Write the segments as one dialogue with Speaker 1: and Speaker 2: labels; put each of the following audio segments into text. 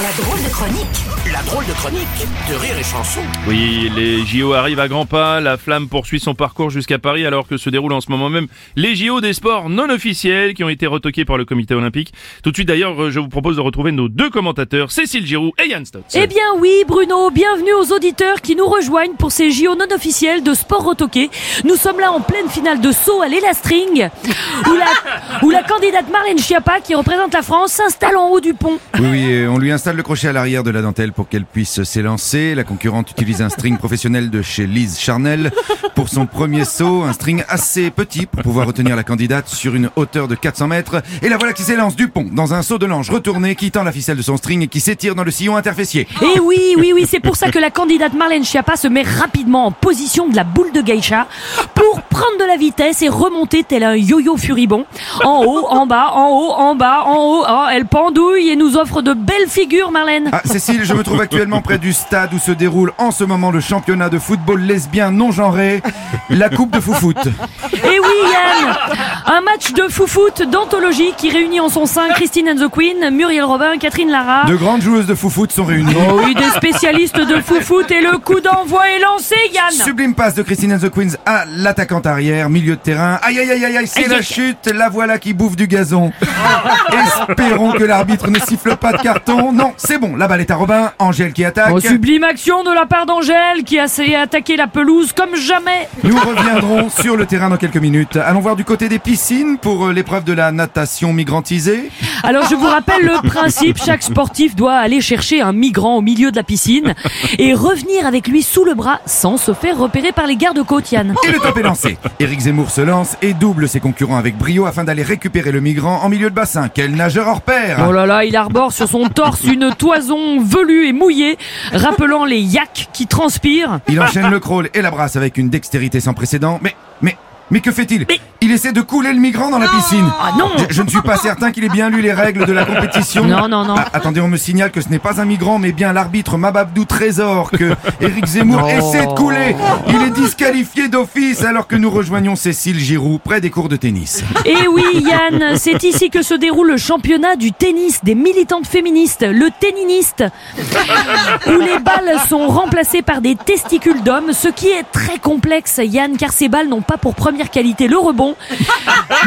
Speaker 1: La drôle de chronique.
Speaker 2: La drôle de chronique de Rire et Chanson.
Speaker 3: Oui, les JO arrivent à grands pas, la flamme poursuit son parcours jusqu'à Paris alors que se déroulent en ce moment même les JO des sports non officiels qui ont été retoqués par le comité olympique. Tout de suite d'ailleurs, euh, je vous propose de retrouver nos deux commentateurs, Cécile Giroud et Yann Stotz.
Speaker 4: Eh bien oui, Bruno, bienvenue aux auditeurs qui nous rejoignent pour ces JO non officiels de sport rotoqué. Nous sommes là en pleine finale de saut à l'élastring, où la, où la candidate Marlène Schiappa, qui représente la France, s'installe en haut du pont.
Speaker 5: Oui, oui, euh, on lui installe le crochet à l'arrière de la dentelle pour qu'elle puisse s'élancer. La concurrente utilise un string professionnel de chez Lise Charnel pour son premier saut, un string assez petit pour pouvoir retenir la candidate sur une hauteur de 400 mètres. Et la voilà qui s'élance du pont dans un saut de l'ange retourné qui tend la ficelle de son string et qui s'étire dans le sillon interfessier.
Speaker 4: Et Eh oui, oui, oui, c'est pour ça que la candidate Marlène Schiappa se met rapidement en position de la boule de geisha pour prendre de la vitesse et remonter tel un yo-yo furibond. En haut, en bas, en haut, en bas, en haut. Oh, elle pendouille et nous offre de belles figures, Marlène.
Speaker 5: Ah, Cécile, je me trouve actuellement près du stade où se déroule en ce moment le championnat de football lesbien non genré, la Coupe de Foufoute.
Speaker 4: Et Eh oui, Yann Un match de foufoute d'anthologie qui réunit en son sein Christine and the Queen, Muriel Robin, Catherine Lara.
Speaker 5: De grandes joueuses de foot sont réunies.
Speaker 4: Oh oui, des spécialistes de foufoute et le coup d'envoi est lancé, Yann
Speaker 5: Sublime passe de Christine and the Queens à l'attaquante arrière, milieu de terrain. Aïe aïe aïe aïe, aïe c'est
Speaker 4: Aïe,
Speaker 5: la
Speaker 4: aïe.
Speaker 5: chute, la voilà qui bouffe du gazon. Espérons que l'arbitre ne siffle pas de carton. Non, c'est bon, la balle est à Robin, Angèle qui attaque.
Speaker 4: Oh, sublime action de la part d'Angèle qui a essayé attaquer la pelouse comme jamais.
Speaker 5: Nous reviendrons sur le terrain dans quelques minutes. Allons voir du côté des piscines pour euh, l'épreuve de la natation migrantisée.
Speaker 4: Alors je vous rappelle le principe, chaque sportif doit aller chercher un migrant au milieu de la piscine et revenir avec lui sous le bras sans se faire repérer par les gardes-côtes, Yann.
Speaker 5: Et le top est lancé. Éric Zemmour se lance et double ses concurrents avec brio afin d'aller récupérer le migrant en milieu de bassin. Quel nageur hors pair
Speaker 4: Oh là là, il arbore sur son torse une toison velue et mouillée, rappelant les yaks qui transpirent.
Speaker 5: Il enchaîne le crawl et la brasse avec une dextérité sans précédent. Mais, mais, mais que fait-il
Speaker 4: Mais-
Speaker 5: Il essaie de couler le migrant dans la piscine.
Speaker 4: Ah non
Speaker 5: Je, je ne suis pas certain qu'il ait bien lu les règles de la compétition.
Speaker 4: Non, non, non.
Speaker 5: Ah, attendez, on me signale que ce n'est pas un migrant, mais bien l'arbitre Mababdou Trésor que Éric Zemmour essaie de couler. Il est disqualifié d'office alors que nous rejoignons Cécile Giroud près des cours de tennis.
Speaker 4: Et Eh oui, Yann, c'est ici que se déroule le championnat du tennis des militantes féministes, le téniniste, où les balles sont remplacées par des testicules d'hommes, ce qui est très complexe, Yann, car ces balles n'ont pas pour première qualité le rebond,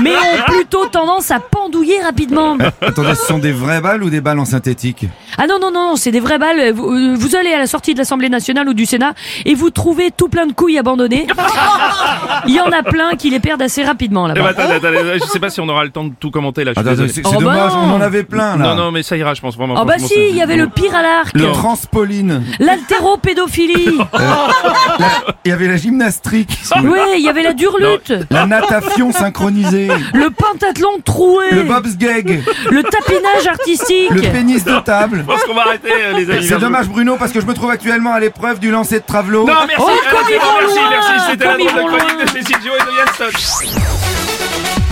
Speaker 4: mais ont plutôt tendance à pendouiller rapidement.
Speaker 5: Attendez, ce sont des vraies balles ou des balles en synthétique
Speaker 4: Ah non, non, non, non, c'est des vraies balles. Vous, euh, vous allez à la sortie de l'Assemblée nationale ou du Sénat et vous trouvez tout plein de couilles abandonnées. Il y en a plein qui les perdent assez rapidement
Speaker 3: Eh ben,
Speaker 4: là-bas.
Speaker 3: attendez, attendez, je sais pas si on aura le temps de tout commenter là. je suis
Speaker 5: Attends,
Speaker 3: désolé.
Speaker 5: c'est
Speaker 4: Oh
Speaker 5: c'est
Speaker 4: bah
Speaker 5: dommage,
Speaker 4: non.
Speaker 5: on en avait plein là.
Speaker 3: non, non, mais ça ira, je pense vraiment.
Speaker 4: Oh bah
Speaker 3: franchement,
Speaker 4: si,
Speaker 3: ça-
Speaker 4: il y avait le pire à l'arc.
Speaker 5: Le transpoline.
Speaker 4: L'haltéropédophilie.
Speaker 5: La- Il y avait la gymnastique.
Speaker 4: oui, il y avait la durlute.
Speaker 5: La natation synchronisée.
Speaker 4: Le pentathlon troué.
Speaker 5: Le bobsgag.
Speaker 4: le tapinage artistique.
Speaker 5: Le pénis de table.
Speaker 3: Je pense qu'on va arrêter, euh, les amis.
Speaker 5: C'est dommage Bruno parce que je me trouve actuellement à l'épreuve du lancer de travelot.
Speaker 3: Non, merci,
Speaker 4: Oh,
Speaker 3: allez,
Speaker 4: comme
Speaker 3: c'est
Speaker 4: ils
Speaker 3: bon,
Speaker 4: vont
Speaker 3: merci,
Speaker 4: loin,
Speaker 3: merci. C'était la
Speaker 4: comme ils
Speaker 3: drôle de
Speaker 4: vont
Speaker 3: chronique
Speaker 4: loin.
Speaker 3: de Cécile Giroud et de Yann Stotz.